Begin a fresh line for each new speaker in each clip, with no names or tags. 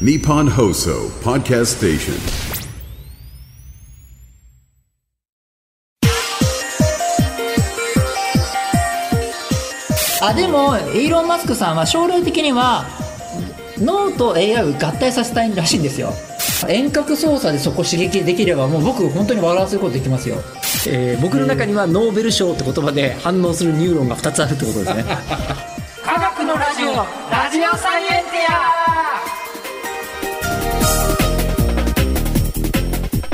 Nippon Hoso Podcast Station.
あでもイーロン・マスクさんは将来的には脳と AI を合体させたいらしいんですよ遠隔操作でそこ刺激できればもう僕本当に笑わせることできますよ
えー僕の中にはノーベル賞って言葉で反応するニューロンが2つあるってことですね
科学のラジオラジオサイエンテ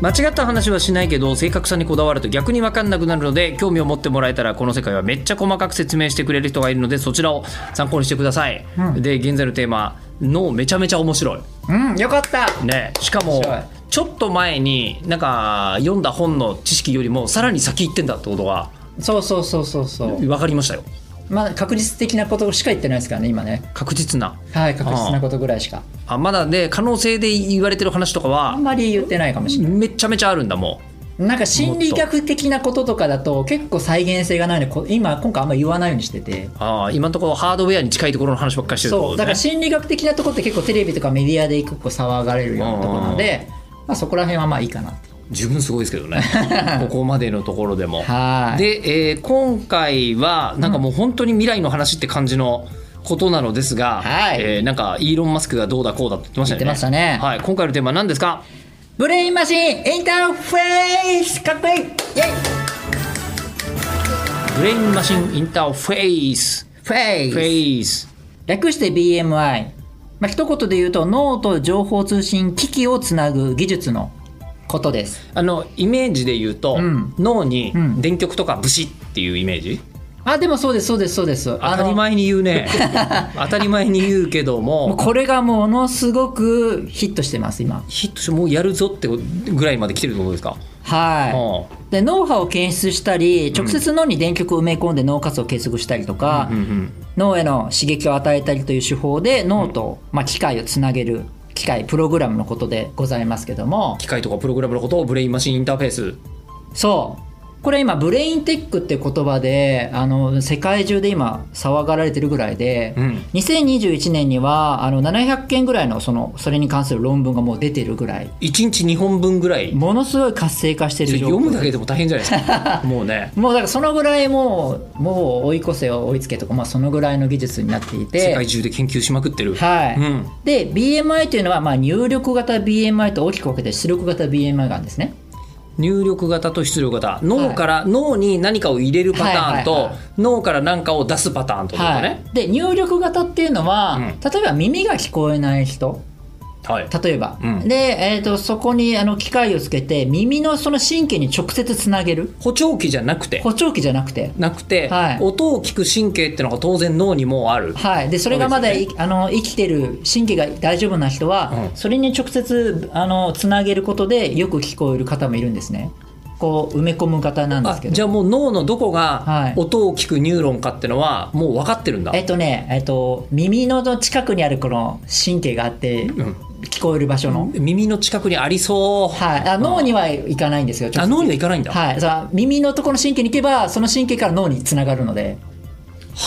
間違った話はしないけど正確さにこだわると逆に分かんなくなるので興味を持ってもらえたらこの世界はめっちゃ細かく説明してくれる人がいるのでそちらを参考にしてください、で現在のテーマ「脳めちゃめちゃ面白い」
うんよかった
ねしかも
面白い
ちょっと前になんか読んだ本の知識よりもさらに先行ってんだってことが
そうそうそうそうそう
分かりましたよ
まあ確実的なことしか言ってないですからね今ね
確実な
はい確実なことぐらいしか
あまだね可能性で言われてる話とか
あ
は
んまり言ってないかもしれない
めっちゃめちゃあるんだも
なんか心理学的なこととかだと結構再現性がないのでこ今今回あんま言わないようにしてて
うああ今のところハードウェアに近いところの話ばっかりしてるって
そ
こ
う
と
だか
だね
ら心理学的なとこって結構テレビとかメディアで結構騒がれるようなところなので、まあ、そこら辺はまあいいかなって
十分すごいですけど ねここまでのところでも
はい
で、えー今回はなんかもう本当に未来の話って感じのことなのですが、
はい
えーなんかイーロン・マスクがどうだこうだって言ってましたよね
言ってましたね
はい、今回のテーマは何ですか
ブレインマシンインターフェースかっこいいイェイ
ブレインマシンインターフェイス
フェイス
フェイス
略して BMI、まあ、一言で言うと脳と情報通信機器をつなぐ技術のことです
あのイメージで言うと、
ん
脳に
ん
電極とかブシっていうイメージ、
あでもそうですそうですそうです
当たり前に言う ね当たり前に言うけど
あのも
も
うこれがものすごくヒットしてます今
ヒットしてもうやるぞってぐらいまで来てるってことですか、
はい、
うん
で脳波を検出したり直接脳に電極を埋め込んで脳活を結束したりとか、脳への刺激を与えたりという手法で脳と、まあ、機械をつなげる機械プログラムのことでございますけども
機械とかプログラムのことをブレインマシンインターフェース
そうこれ今ブレインテックって言葉であの世界中で今騒がられてるぐらいで、
うん
2021年にはあの700件ぐらいのそのそれに関する論文がもう出てるぐらい
1日2本分ぐらい
ものすごい活性化してる状況
読むだけでも大変じゃないで すかもうね
もうだからそのぐらいもうもう追い越せを追いつけとか、まあ、そのぐらいの技術になってい
世
て
界中で研究しまくってる、
はい、
うん
で BMI というのはまあ入力型 BMI と大きく分けて出力型 BMI があるんですね
入力型と出力型脳から、脳に何かを入れるパターンと、
はいはいは
脳から何かを出すパターンとか
は
ね、
い、で入力型っていうのは、
うん
例えば耳が聞こえない人
はい
例えば、
うん
で、えー、とそこにあの機械をつけて耳のその神経に直接つなげる
補聴器じゃなくて
補聴器じゃなくて
なくて、
はい
音を聞く神経ってのが当然脳にもうある、
はい、でそれがまだ、
そうで
いあの生きてる神経が大丈夫な人は、
うん
それに直接あのつなげることでよく聞こえる方もいるんですねこう埋め込む方なんで
あ
すけ
じゃ
ど
あもう脳のどこ
は
が
い
音を聞くニューロンかってのはもう分かってるんだ、
えっとね、えっと、耳の近くにあるこの神経があって、
ん
聞こえる場所の、
耳の近くにありそう、
はい、あ脳にはいかないんですよ
あ
直接
脳にはいかないんだは
はい、さあ耳のところの神経に行けばその神経から脳につながるので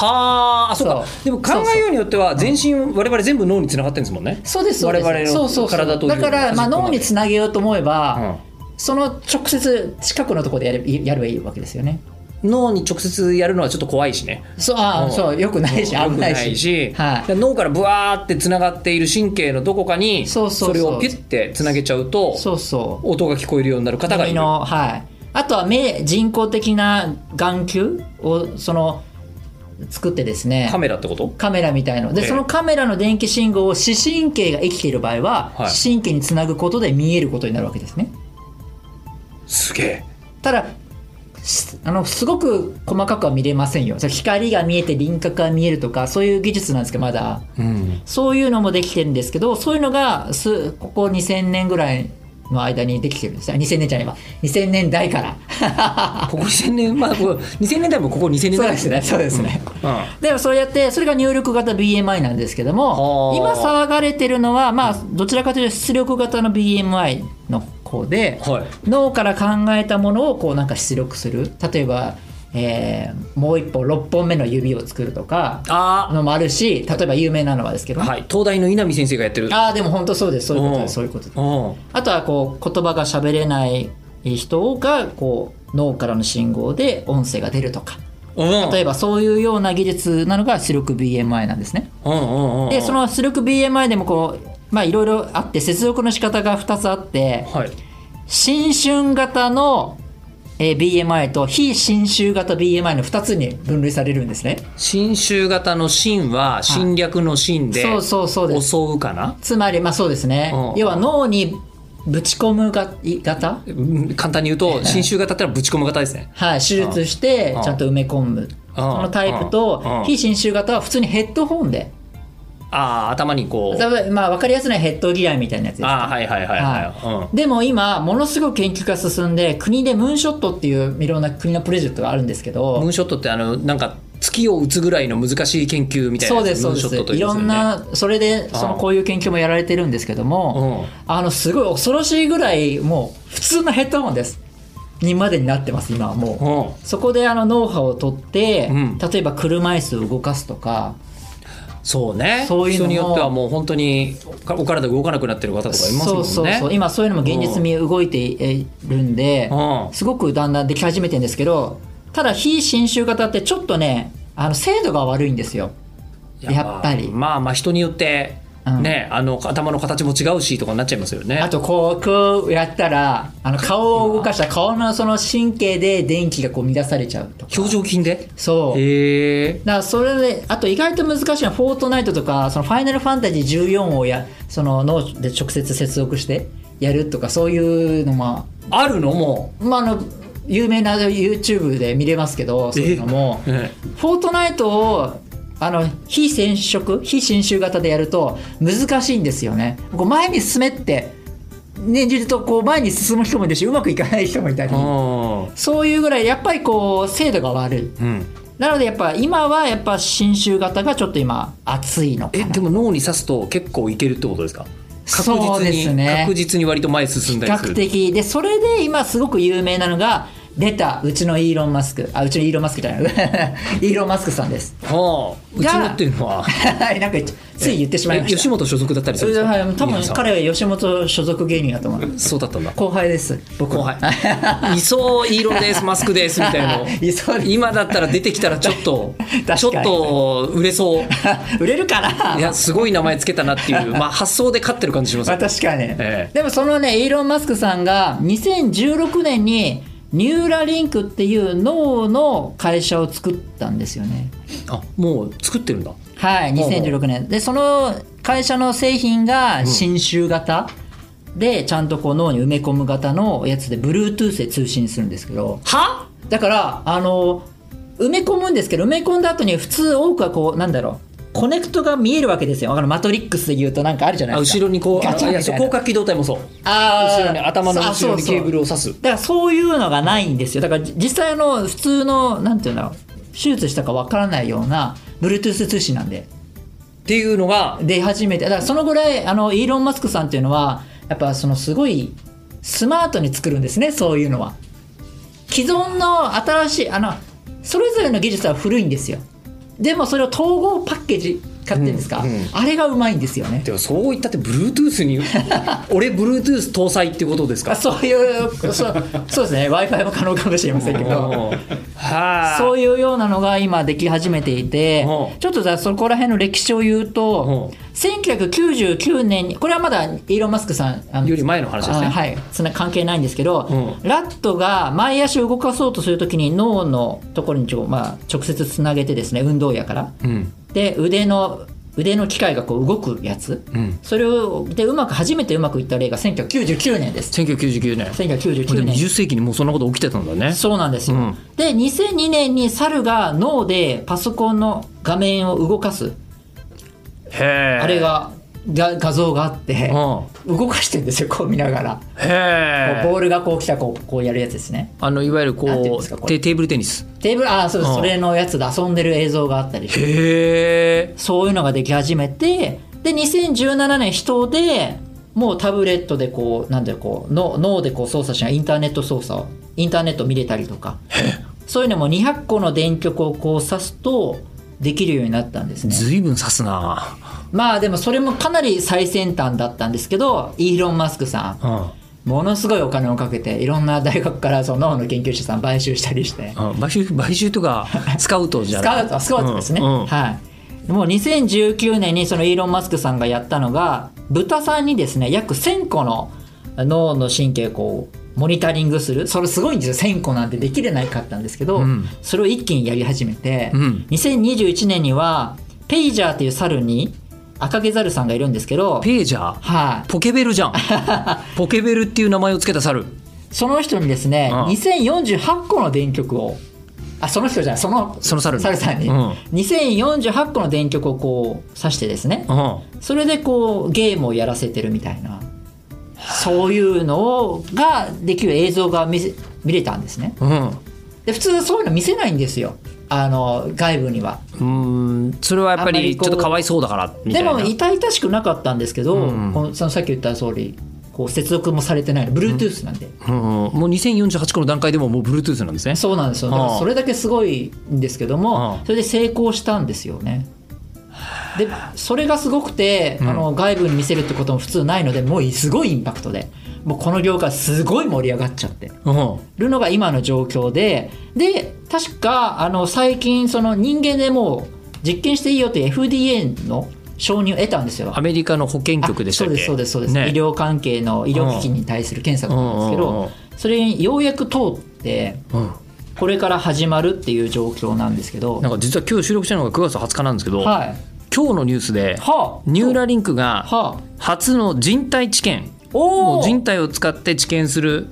あそうか
そう
でも考えようによっては全身、我々全部脳につながってるんですもんね
そうですそう
我
です
々の
そうそうそう
体と
だから、まあ、脳につ
な
なげようと思えば、
う
その直接近くのところでやれやればいいわけですよね
脳に直接やるのはちょっと怖いしね
そうあー
うん
そうよくないし危
良く
ないしは
だから脳からブワーってつながっている神経のどこかに
そうそうそう
れをピュッてつなげちゃうと
い、そうそう
音が聞こえるようになる方がい
耳
る
のはいあとは目人工的な眼球をその作ってですね
カメラってこと
カメラみたいので、
ええ
そのカメラの電気信号を視神経が生きている場合は、
はい
視神経につなぐことで見えることになるわけですね
すげえ
ただしあのすごく細かくは見れませんよその光が見えて輪郭が見えるとかそういう技術なんですけどまだ
うん
そういうのもできてるんですけどそういうのがすここ2000年ぐらいの間にできてるんですよ2000年じゃないわ2000年代から
ここ2000年まあここ2000年代もここ2000年
そう
代
ですねそうですね、
うん
でもそうやってそれが入力型 BMI なんですけども
は
今
あ
騒がれてるのはまあどちらかというと出力型の BMI の方で、
はい
脳から考えたものをこうなんか出力する例えば、えーもう一本6本目の指を作るとか
あー
のもあるし例えば有名なのはですけど、
はい東大の稲見先生がやってる
ああでも本当そうですそういうこと
う
で
ん
すそういうことです
うん
あとはこう言葉が喋れない人がこう脳からの信号で音声が出るとか
うん
例えばそういうような技術なのが出力 BMI なんですね。
うんうんうん
でその出力 BMI でもこうまあいろいろあって接続の仕方が2つあって
はい
新春型のえー BMI と非新春型 BMI の2つに分類されるんですね。
侵襲型の侵は侵略の侵で、
そうそうそうです
襲うかな
つまりまあそうですね
うん
要は脳にぶち込むが型
うん簡単に言うと侵襲型ってのはぶち込む型ですね
はい、手術して
うん
ちゃんと埋め込むそのタイプ
うんう
と
ん
非侵襲型は普通にヘッドホンで
ああ頭にこう
例えばまあ分かりやすいのはヘッドギアみたいなやつです
ああはいはいはいはい、
はいでも今ものすごく研究が進んで国でムーンショットっていういろんな国のプロジェクトがあるんですけ
うん、ムー
ど
ンショットってあのなんか月を打つぐらいの難しい研究みたいな
そう
や
で
つ
すそうで
ムーンショット
す
とい
いろんなそれでその
うん
こういう研究もやられてるんですけどもあのすごい恐ろしいぐらいもう普通のヘッドホンですにまでになってます今はもう
うん
そこであのノウハウを取って、
うん
例えば車椅子を動かすとか
そうね
そういうのも
人によってはもう本当にお体動かなくなってる方とかいますもんね
そうそうそう今そういうのも現実味動いているんで、
うん
すごくだんだんでき始めてるんですけどただ非侵襲型ってちょっとねあの精度が悪いんですよやっぱり
まあまあ人によって
うん
ね、あの頭の形も違うしとかになっちゃいますよね
あとこうこうやったらあの顔を動かしたら顔のその神経で電気がこう乱されちゃうとか
表情筋で
そう
へえ
だからそれであと意外と難しいのは「フォートナイト」とか「そのファイナルファンタジー14」をやその脳で直接接続してやるとかそういうのも
あるのも
まあ、あの有名な YouTube で見れますけどそういうのも「
ええ
フォートナイト」をあの非染色非侵襲型でやると難しいんですよね。こう前に進めって念じるとこう前に進む人もいるしうまくいかない人もいたり
うん
そういうぐらいやっぱりこう精度が悪い。
うん
なのでやっぱ今はやっぱ侵襲型がちょっと今熱いのか
え
な。
でも脳に刺すと結構いけるってことですか確実に
そうですね
確実に割と前進ん
比
だりす
較
る
的でそれで今すごく有名なのが出たうちのイーロン・マスクあうちのイーロン・マスクじゃない イーロン・マスクさんです
はあうちのっていうのは
はい、なんかつい言ってしまいまし
え
た。
吉本所属だったりするんですか
はい、多分
皆さん
彼は吉本所属芸人だと思う。
そうだったんだ
後輩です。 僕
後輩いそうイーロンですマスクですみたいなの
いそうです
今だったら出てきたらちょっと
確かに
ちょっと売れそう
売れるかな。
いやすごい名前つけたなっ ていう、まあ、発想で勝ってる感じします
まあ、
よ
確かに、
ええ
でもそのねイーロン・マスクさんが2016年にニューラリンクっていう脳の会社を作ったんですよね
あもう作ってるんだ
はい
ほう
2016年でその会社の製品が新州型、でちゃんとこう脳に埋め込む型のやつで Bluetooth で通信するんですけど
は
だからあの埋め込むんですけど埋め込んだ後に普通多くはこうなんだろうコネクトが見えるわけですよ。あのマトリックスで言うとなんかあるじゃない
あ
ですか。
後ろにこう
ガチャ
あい
み
や
た
そう
いな
広角機動隊もそう
あー
後ろに頭の
あ
後ろに
そうそう
ケーブルを刺す
だからそういうのがないんですよだからじ実際の普通のなんていうんだろう手術したかわからないような Bluetooth 通信なんで
っていうのが
出始めてだからそのぐらいあのイーロン・マスクさんっていうのはやっぱそのすごいスマートに作るんですねそういうのは既存の新しいあのそれぞれの技術は古いんですよでもそれを統合パッケージ買ってるんですか、
うんうん
あれがうまいんですよね
でもそう言ったって Bluetooth に俺 Bluetooth 搭載ってことです
あ
か
そういうそうそうですね w i f i も可能かもしれませんけど
うんはあ
そういうようなのが今でき始めていて
うん
ちょっとじゃあそこら辺の歴史を言うと
うん
1999年にこれはまだイーロン・マスクさんあの
より前の話ですね
あはいそんな関係ないんですけど、
う
ラットが前足を動かそうとするときに脳のところにちょ、まあ、直接つなげてですね運動やから、
うん
で腕の腕の機械がこう動くやつ、それをでうまく初めてうまくいった例が1999年です
1999年
1999
20
年
世紀にもうそんなこと起きてたんだね
そうなんですよ、
うん
で2002年に猿が脳でパソコンの画面を動かす
へえ
あれがが画像があって動かしてるんですよこう見ながら
へ
ボ
え
ールがこう来たらこうこうやるやつですね
あのいわゆるこ
なんていうん
う
ですかこれ
テテーブルテニス
テーブルあそうです
うん
それのやつで遊んでる映像があったりして
へえ
そういうのができ始めてで2017年人でもうタブレットでこうなんだよこうの脳でこう操作しながらインターネット操作をインターネット見れたりとかそういうのも200個の電極をこう刺すとできるようになったんですね
ずいぶん刺すな
まあでもそれもかなり最先端だったんですけどイーロン・マスクさん
うん
ものすごいお金をかけていろんな大学からその脳の研究者さん買収したりして
うん買収買収とかスカウトじゃ
ス
ない
カウトスカウトですね、
うんうん
はいもう2019年にそのイーロン・マスクさんがやったのが豚さんにですね約1000個の脳の神経をこうモニタリングするそれすごいんですよ1000個なんてできれないかったんですけど、
ん
それを一気にやり始めて、
うん
2021年にはペイジャーっていう猿に赤毛猿さんがいるんですけど
ページャー
はい、
ポケベルじゃ んポケベルっていう名前を付けた猿
その人にですね、
うん
2048個の電極をあその人じゃないその
その猿に
さんに、
うん
2048個の電極をこう刺してですね
うん
それでこうゲームをやらせてるみたいなそういうのをができる映像が見せ見れたんですね
うん
で普通そういうの見せないんですよあの外部には
うーんそれはやっぱ
あんまり
り
こう
ちょっとかわいそうだからみた
で
いな
も痛々しくなかったんですけど、
うん
このそのさっき言った通りこう接続もされてないの Bluetooth なんで、
うんうんもう2048個の段階でももう Bluetooth なんですね
そうなんですよだか
う
ら
ん
それだけすごいんですけども、
うん
それで成功したんですよねでそれがすごくて、あの外部に見せるってことも普通ないのでもうすごいインパクトでもうこの業界すごい盛り上がっちゃって
うん
るのが今の状況でで確かあの最近その人間でもう実験していいよって FDA の承認を得たんですよ
アメリカの保健局でしたっけ
あそうですそうですそうです、医療関係の医療機器に対する検査だったんですけ
うんうんう
ど
んうん
それにようやく通って
うん
これから始まるっていう状況なんですけど
なんか実は今日収録したのが9月20日なんですけど、
はい
今日のニュースで、
はあ
ニューラリンクが
はあ
初の人体治験、
お
も
お
う人体を使って治験する、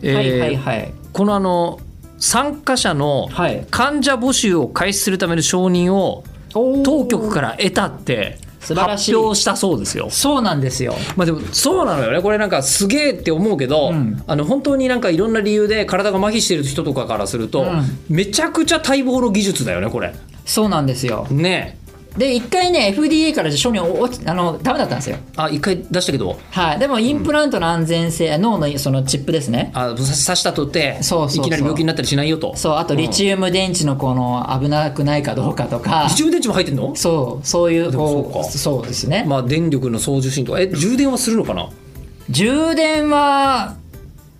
えー
はいはいはい
このあの参加者の
はい
患者募集を開始するための承認を
おー
当局から得たって
素晴らしい
発表したそうですよ。
そうなんですよ
まあでもそうなのよねこれなんかすげえって思うけど、
ん
あの本当になんかいろんな理由で体が麻痺してる人とかからすると、
う
めちゃくちゃ待望の技術だよねこれ
そうなんですよ
ね
で一回ね FDA から承認おおあのダメだったんですよ
えあ一回出したけど
はいでもインプラントの安全性、脳のそのチップですね
あ刺刺したとって
そうそうそう
きなり病気になったりしないよと
そうあとリチウム電池のこの危なくないかどうかとか
リチウム電池も入ってんの
そうそういう
でもそう
こう
か
そうですね
まあ電力の送受信とかえ充電はするのかな
充電は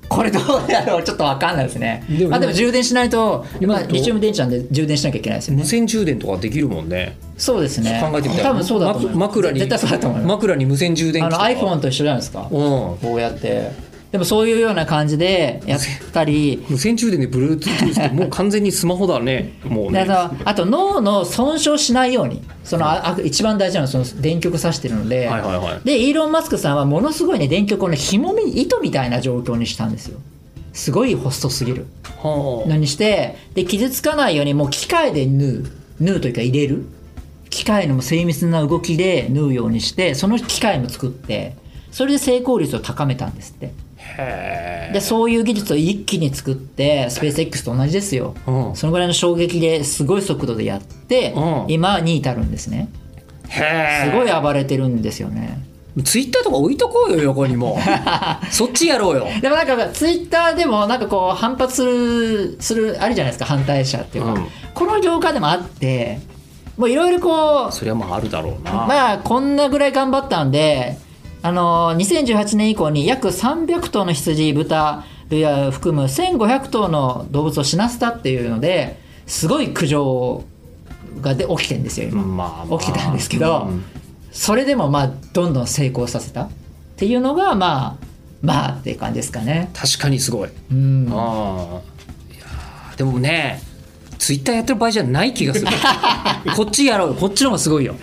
これどうやろうち ょっとわかんないですね
でも
まあ、でも充電しないと今
今だと
リチウム電池なんで充電しなきゃいけないですよ
無
ね
線充電とかできるもんね
そうですね
考えてみたら
多分そうだと思います
ま枕に
絶対そうだと思います、
枕に無線充電器
あ
と
の
か
iPhone と一緒じゃないですか
うん
こうやってでもそういうような感じでやった り
無線充電で Bluetooth ってもう完全にスマホだねもう
で
ね
あとあと脳の損傷しないようにそのああ一番大事なのはその電極刺してるので、
はいはいはい
でイーロン・マスクさんはものすごいね電極をね紐み糸みたいな状況にしたんですよすごいホストすぎる
は
のにしてで傷つかないようにもう機械で縫う縫うというか入れる機械のもう精密な動きで縫うようにしてその機械も作ってそれで成功率を高めたんですって
あへ
でそういう技術を一気に作ってスペース X と同じですよ、
うん
そのぐらいの衝撃ですごい速度でやって、
うん
今に至るんですね
え
す
へえ
ごい暴れてるんですよね
ツイッターとか置いとこうよ横にも そっちやろうよ
でもなんかツイッターでもなんかこう反発するするあるじゃないですか反対者っていうか、
うん
この業界でもあってもういろいろこう
そりゃまああるだろうな、
まあこんなぐらい頑張ったんで、あの2018年以降に約300頭の羊、豚類を含む1500頭の動物を死なせたっていうので、すごい苦情がで起きてんですよ、今、
まあまあ
起きてたんですけど、それでもまあどんどん成功させたっていうのが、まあ、まあっていう感じですかね。
確かにすごい、
うん
ああいやーでもねツイッターやってる場合じゃない気がす るこっちやろうこっちの方がすごいよ、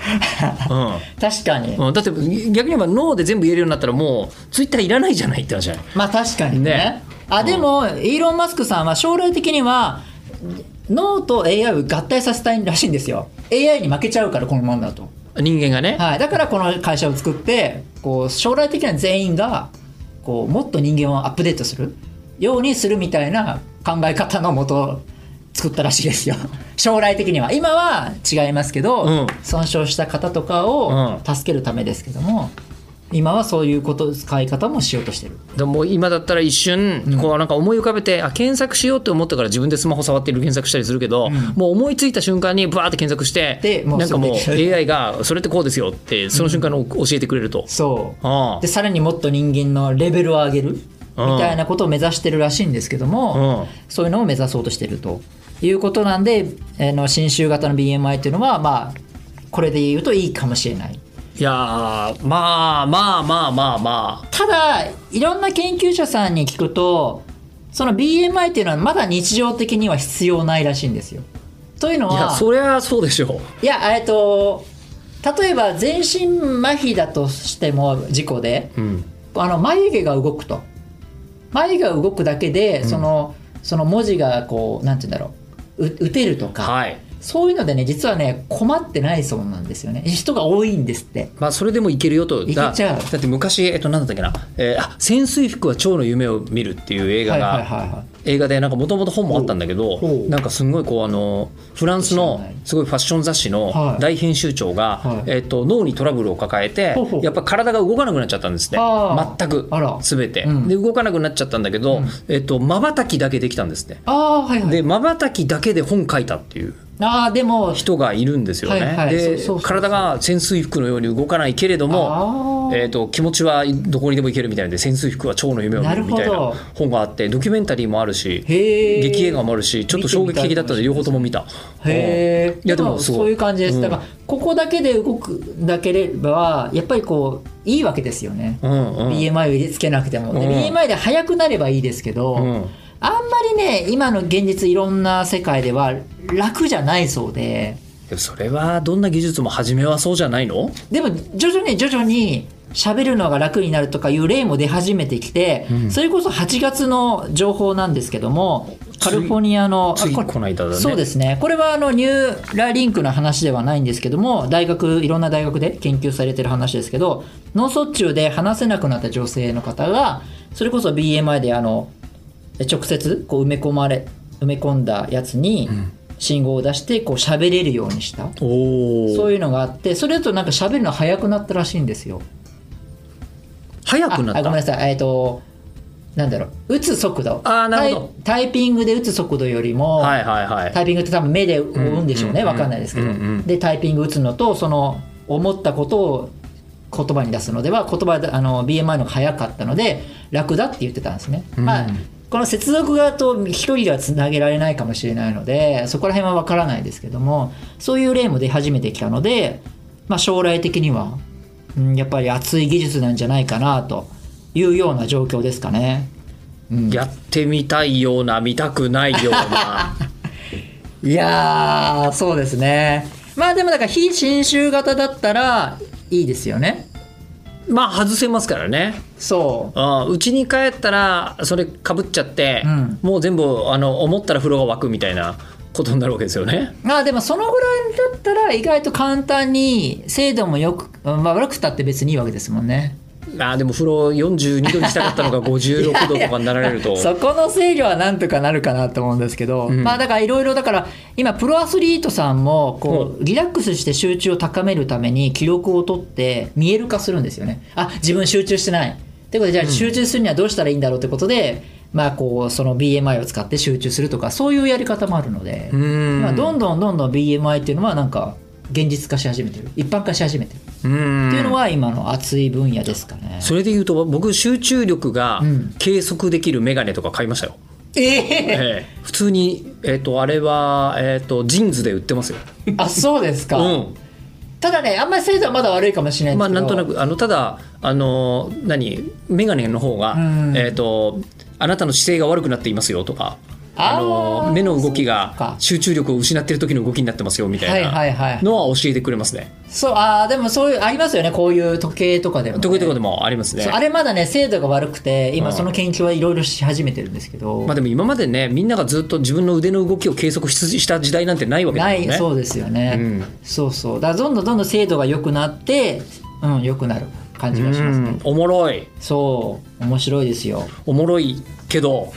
確かに
うんうん、だって逆に言えば脳で全部言えるようになったらもうツイッターいらないじゃないって話じゃない
まあ確かにね
ね
あでも、イーロン・マスクさんは将来的には脳と AI を合体させたいらしいんですよ AI に負けちゃうからこのままだと、
人間がね、
はい、だからこの会社を作ってこう将来的には全員がこうもっと人間をアップデートするようにするみたいな考え方のもと作ったらしいですよ 将来的には今は違いますけど、
うん
損傷した方とかを助けるためですけども、今はそういうこと使い方もしようとしてる
でももう今だったら一瞬こうなんか思い浮かべて、あ検索しようって思ったから自分でスマホ触ってる検索したりするけど、もう思いついた瞬間にバーって検索して
でもう
なんかもう
それで
AI がそれってこうですよってその瞬間の教えてくれると、
そう
ああ
でさらにもっと人間のレベルを上げるみ
うん
たいなことを目指してるらしいんですけども、
う
そういうのを目指そうとしてるということなんで、えーの新州型の BMI というのはまあこれで言うといいかもしれない
いやーまあまあまあまあまあ
ただいろんな研究者さんに聞くとその BMI っていうのはまだ日常的には必要ないらしいんですよというの
いや
は
そりゃそうでしょ
いやえっと例えば全身麻痺だとしても事故で、
う、うん、
あの眉毛が動くと眉毛が動くだけで、そのその文字がこうなんて言うんだろうう打てるとか、
はい
そういうのでね実はね困ってないそうなんですよね人が多いんですって
まあそれでもいけるよと
いけちゃう
だだって昔えっとなんだったっけな、えーあ潜水服は蝶の夢を見るっていう映画が、
はいはいはいはい
映画でなんかもともと本もあったんだけど
ほう
なんかすごいこうあのフランス
知ら
の
ない
すごいファッション雑誌
は
の
い
大編集長が、
はい
えっと脳にトラブルを抱えて
ほうほう
やっぱ体が動かなくなっちゃったんですね
あー
全く
あら
全て、
うん
で動かなくなっちゃったんだけどまばたきだけできたんですね
ああはいはい
でまばたきだけで本書いたっていう
ああでも
人がいるんですよね、
はいはいそう
で
そうそう
体が潜水服のように動かないけれども
あ、ー
えー、と気持ちはどこにでも行けるみたいなので潜水服は蝶の夢を見るみた
ないるほ
な
ど
本があってドキュメンタリーもあるし
へー
劇映画もあるしちょっと衝撃的だったので両方とも見
へ
たうん
え
いやでもすごい
そういう感じです、
うん
だからここだけで動くだければやっぱりこういいわけですよね、
うんうん
BMI を入れつけなくても、で
うん
BMI で速くなればいいですけど、
うん
あんまりね今の現実いろんな世界では楽じゃないそうで
でもそれはどんな技術も初めはそうじゃないの
でも徐々に徐々に喋るのが楽になるとかいう例も出始めてきて、それこそ8月の情報なんですけどもカリフォルニアの
つい
あれ
この間だね
そうですねこれはあのニューラリンクの話ではないんですけども大学いろんな大学で研究されてる話ですけど脳卒中で話せなくなった女性の方がそれこそ BMI であの直接こう埋め込まれ埋め込んだやつに信号を出してこう喋れるようにした、
お
そ
お
ういうのがあってそれだとなんか喋るの早くなったらしいんですよ
早
あ
くな
あ
っ
ごめんな
た
さいえっ、となんだろう打つ速度
あーなるほど
タイタイピングで打つ速度よりも、
はいはいはい
タイピングって多分目で追うんでしょうね、
うん
わかんないですけど、
うんうん
でタイピング打つのとその思ったことを言葉に出すのでは言葉であの BMI の方が早かったので楽だって言ってたんですね、まあこの接続側と一人ではつなげられないかもしれないのでそこら辺はわからないですけどもそういう例も出始めてきたので、まあ、将来的には、うん、やっぱり熱い技術なんじゃないかなというような状況ですかね。
やってみたいような見たくないよう な
いやーそうですねまあでもだから非侵襲型だったらいいですよね
まあ外せますからね
そ
ああうちに帰ったらそれかぶっちゃって、
うん
もう全部あの思ったら風呂が沸くみたいなことになるわけですよね。
うまあでもそのぐらいだったら意外と簡単に精度もよく、うんまあ、悪くたって別にいいわけですもんね
ああでも風呂42度にしたかった のが56度とかになられると
そこの制御はなんとかなるかなと思うんですけど、まあだからいろいろだから今プロアスリートさんもこうリラックスして集中を高めるために記録を取って見える化するんですよねあ自分集中してないってことでじゃあ集中するにはどうしたらいいんだろうってことで、まあこうその BMI を使って集中するとかそういうやり方もあるので、
ん
まあ、どんどんどんどん BMI っていうのはなんか現実化し始めてる一般化し始めてるっ
うん
ていうのは今の熱い分野ですかね、
それで言うと僕集中力が
ん
計測できる眼鏡とか買いましたよ。
ええ
ええ普通に、えっとあれは、えっとジーンズで売ってますよ。
あそうですか、
うん
ただね、あんまり精度はまだ悪いかもしれない
ま
です
あ、
けど、
なんとなくあのただあの何眼鏡の方が、えー、とあなたの姿勢が悪くなっていますよとか
あー
あの目の動
そう
き
か
が集中力を失ってる時の動きになってますよみたい
はいはいは
ないのは教えてくれますね。
そうああでもそういうありますよねこういう時計とかでも、ね、
得意とかでもありますね
そう。あれまだね精度が悪くて今その研究はいろいろし始めてるんですけど、
まあでも今までねみんながずっと自分の腕の動きを計測しした時代なんてないわけだ
な
もんね。
い、そうですよね、
うん
そうそうだからどんどんどんどん精度が良くなってうん良くなる感じがしますね、
うんおもろい
そう面白いですよ
おもろい けど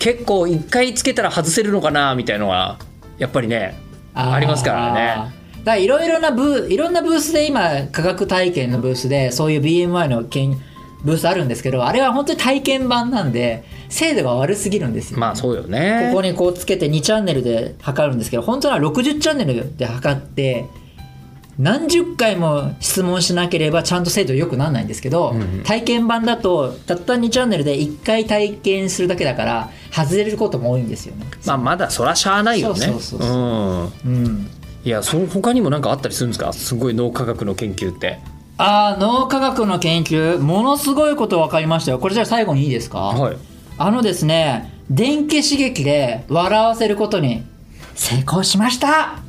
結構一回つけたら外せるのかなみたいのはやっぱりねあ
ー
りますからね。
だからいろいろなブーいろんなブースで今科学体験のブースでそういう BMI のけんブースあるんですけどあれは本当に体験版なんで精度が悪すぎるんですよ、
まあそうよね。
ここにこうつけて2チャンネルで測るんですけど本当は60チャンネルで測って何十回も質問しなければちゃんと精度良くならないんですけど、体験版だとたった2チャンネルで1回体験するだけだから外れることも多いんですよね。
まあまだそらしゃあないよね。
そうそうそうそ
うん。
うん、
いやその他にも何かあったりするんですかすごい脳科学の研究って。
あー脳科学の研究ものすごいこと分かりましたよこれじゃあ最後にいいですか、
はい
あのですね電気刺激で笑わせることに成功しました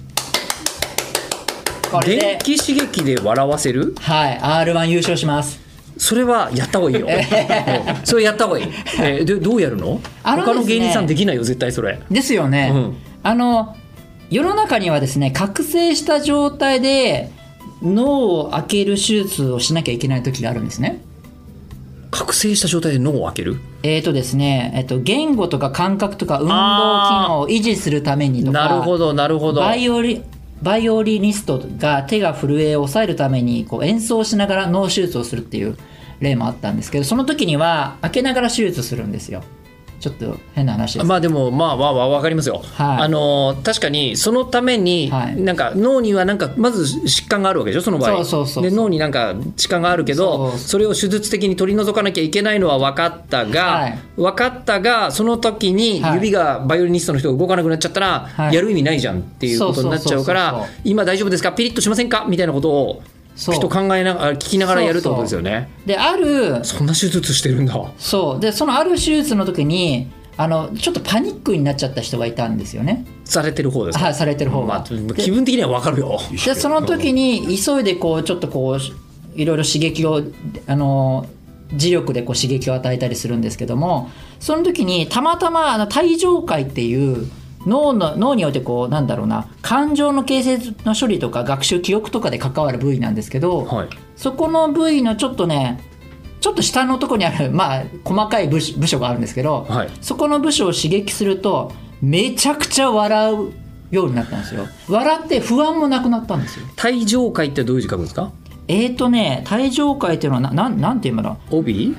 これで
電気刺激で笑わせる
はい R1 優勝します
それはやった方がいいよ。うんそれやった方がいい。えーでどうやるの
あのですね
他の芸人さんできないよ絶対それ。
ですよね、
うん
あの世の中にはですね覚醒した状態で脳を開ける手術をしなきゃいけない時があるんですね
覚醒した状態で脳を開ける
えーとですね、えっと、言語とか感覚とか運動機能を維持するためにとか
なるほどなるほど。
バイオリバイオリニストが手が震えを抑えるためにこう演奏しながら脳手術をするっていう例もあったんですけどその時には開けながら手術するんですよちょっと変な話です、
まあでもまあまあまあわかりますよ、
はい
あのー確かにそのために、
はい
なんか脳にはなんかまず疾患があるわけでしょその場合
そうそうそうそう
で脳になんか疾患があるけど
そうそう
れを手術的に取り除かなきゃいけないのは分かったが、
はい
分かったがその時に
はい
指がバイオリニストの人が動かなくなっちゃったら、
はい
やる意味ないじゃんっていうことになっちゃうか
そうそう
ら
そうそう
今大丈夫ですかピリッとしませんかみたいなことを
そう
きっと考えながら聞きながらやるってことですよね
である
そんな手術してるんだ
そうでそのある手術の時にあのちょっとパニックになっちゃった人がいたんですよね
されてる方ですか、
はいされてる方
まあ
が、
気分的には分かるよ
でその時に急いでこうちょっとこういろいろ刺激をあの磁力でこう刺激を与えたりするんですけどもその時にたまたまあの帯状回っていう脳の脳においてこうなんだろうな感情の形成の処理とか学習記憶とかで関わる部位なんですけど、
はい
そこの部位のちょっとねちょっと下のとこにある、まあ、細かい部署部署があるんですけど、
はい
そこの部署を刺激するとめちゃくちゃ笑うようになったんですよ笑って不安もなくなったんですよ
帯状回ってどういう字書くんですか
えーとね帯状回っていうのはななんなんていうんだろう
帯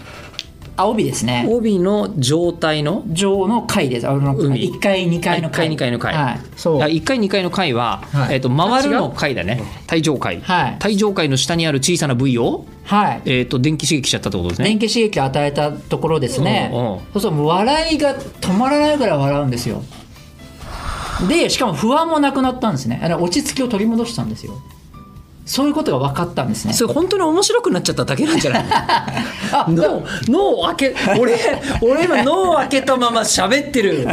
あ帯ですね
帯の状態の
上の回ですあの
海
1階2階の階
1階2階の階
はいそう
1回2回の回は、
はい
えっと回るの回だね帯状回、
はい
帯状回の下にある小さな部位を、
はい
えっと電気刺激しちゃったってことですね
電気刺激を与えたところですね、
うんうん
そうそうもう笑いが止まらないぐらい笑うんですよでしかも不安もなくなったんですねあの落ち着きを取り戻したんですよそういうことが分かったんですね
それ本当に面白くなっちゃっただけなんじゃない
あでも
脳脳を開け俺俺今脳を開けたまま喋ってる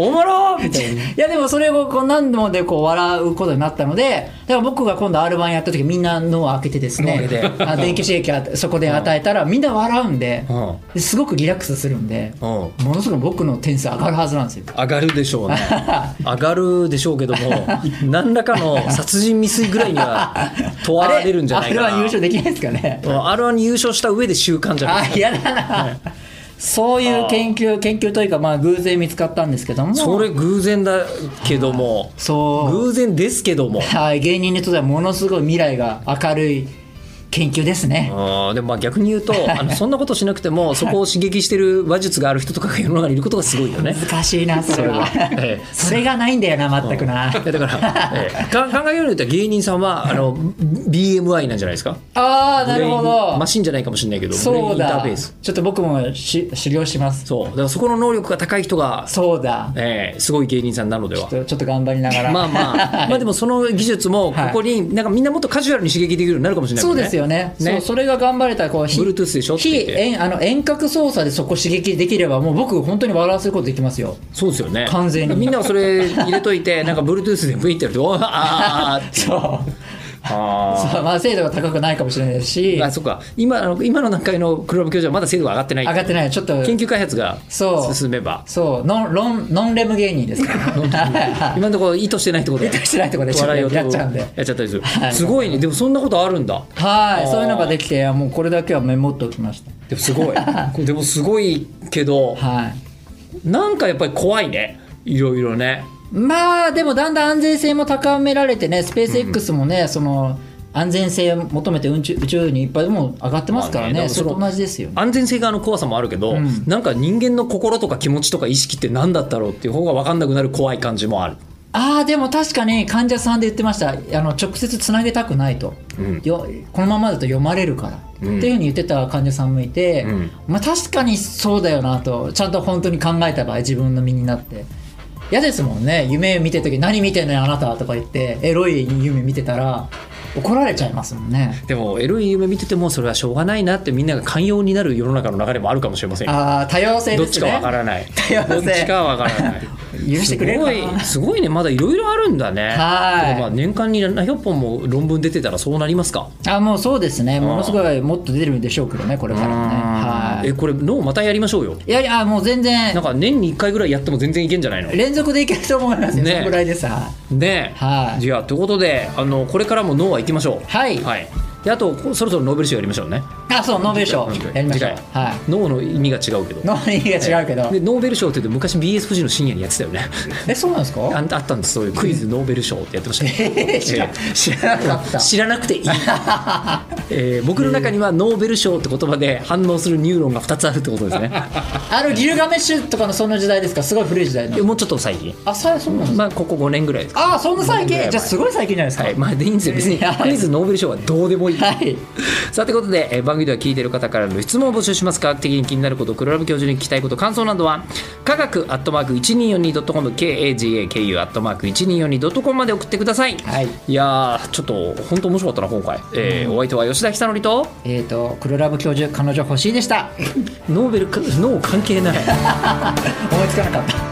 おもろーみたいない
やでもそれをこう何度もでこう笑うことになったのでだから僕が今度 R1 やった時みんな脳を開けてですね
脳開けて
あ電気刺激をそこで与えたらみんな笑うんで
うん
ですごくリラックスするんで
うん
ものすごく僕の点数上がるはずなんですよ
上がるでしょう ね上がるでしょうけども何らかの殺人未遂ぐらいには問われるんじゃないか な
あれ R1 優勝できないですかね
R1 に優勝した上で習慣じゃない
あ嫌だなそういう研究研究というかまあ偶然見つかったんですけども
それ偶然だけども
そう
偶然ですけども
はい芸人にとってはものすごい未来が明るい研究ですね
あーでもまあ逆に言 うとあのそんなことしなくてもそこを刺激してる話術がある人とかが世の中にいることがすごいよね。
難しいなそれは
それはええ
それがないんだよな全くない
やだから、ええか考えようによっては芸人さんはあの BMI なんじゃないですか
ああなるほ
ブレイン
ど
マシンじゃないかもしれないけどブレインイ
そう
ンタ
だ
ーフェース
ちょっと僕もし修行します
そうだからそこの能力が高い人が、
そうだ
ええすごい芸人さんなのでは
ちょっと頑張りながら
まあまあ、まあでもその技術もここに、なんかみんなもっとカジュアルに刺激できるようになるかもしれないもん
そ
ね
うですよね
ね
そうそれが頑張れたらこう非
Bluetooth でしょって言っ
非
て
遠あの遠隔操作でそこ刺激できればもう僕本当に笑わせることできますよ
そうですよね
完全に
みんなはそれ入れといてなんか Bluetooth でブイってやるとおーあーあーあー
そう
あ
そうまあ精度が高くないかもしれないですし
ーあそっか今あの今の段階のクローブ教授はまだ精度が上がってない
上がってないちょっと
研究開発が
そう
進めば
そうノンロンノンレム芸人ですから はい
今のところ意図してないってこと意
図してないってことで
笑いを
ちょっとやっちゃうんで
やっちゃったりする、
はい
すごいねでもそんなことあるんだ
はいそういうのができていやもうこれだけはメモっておきました
でもすごいでもすごいけど
はい
なんかやっぱり怖いねいろいろね
まあでもだんだん安全性も高められてねスペース X もね、その安全性を求めて宇宙宇宙にいっぱいもう上がってますからね,、
まあね
それと同じですよね
安全性側の怖さもあるけど、
ん
なんか人間の心とか気持ちとか意識って何だったろうっていう方が分かんなくなる怖い感じもある
ああでも確かに患者さんで言ってましたあの直接つなげたくないと、よこのままだと読まれるから、っていうふうに言ってた患者さんもいて、
ん
まあ、確かにそうだよなとちゃんと本当に考えた場合自分の身になって嫌ですもんね夢見てる時何見てんのよあなたとか言ってエロい夢見てたら怒られちゃいますもんね
でもエロい夢見ててもそれはしょうがないなってみんなが寛容になる世の中の流れもあるかもしれませんよ
ああ多様性
ど
で
っ
す
ち
ね
かわからない
多様性
どっちかわからない
許してくれるか
すご
ない
すごいねまだいろいろあるんだね
はい
でもまあ年間に700本も論文出てたらそうなりますか
あもうそうですねものすごいもっと出るんでしょうけどねこれからもねは
え
い
これ脳またやりましょうよ
いやいやもう全然
なんか年に1回ぐらいやっても全然いけんじゃないの
連続でいけると思いますよ、
ね
そのぐらいでさ
ねえ、
はい
じゃあということであのこれからも脳は行きましょう
はい
はい、であとこそろそろノーベル賞やりましょうね
あそうノーベル賞やりましょう
次回
はい
脳の意味が違うけど
ノーベルが違うけど
でノーベル賞って言うと昔 BS 富士の深夜にやって たよね
えそうなんです
ああ
か
ったんですそういうクイズノーベル賞ってやって ました、
えー知ら
え
知らなかった
知らなくて いい、えー僕の中にはノーベル賞って言葉で反応するニューロンが2つあるってことで すね
あのギルガメッシュとかのその時代ですかすごい古い時代
いや
の
もうちょっと最近
あさそうなんですか
まあここ5年ぐらいですか
あそんな最
まあ
近じゃあすごい最近じゃないですか
はい、まあでいいんですよ別に
はい
クイズノーベル賞はどうでもいい、
はい
さあということで、えー番組では聞いている方からの質問を募集します科学的に気になること黒ラブ教授に聞きたいこと感想などは科学アットマーク 1242.com KAGAKU アットマーク 1242.com まで送ってください、
はい、
やーちょっと本当面白かったな今回、えーお相手は吉田久典と
えっ、と黒ラブ教 授彼女欲しいでした
ノーベルか脳関係ない
思いつかなかった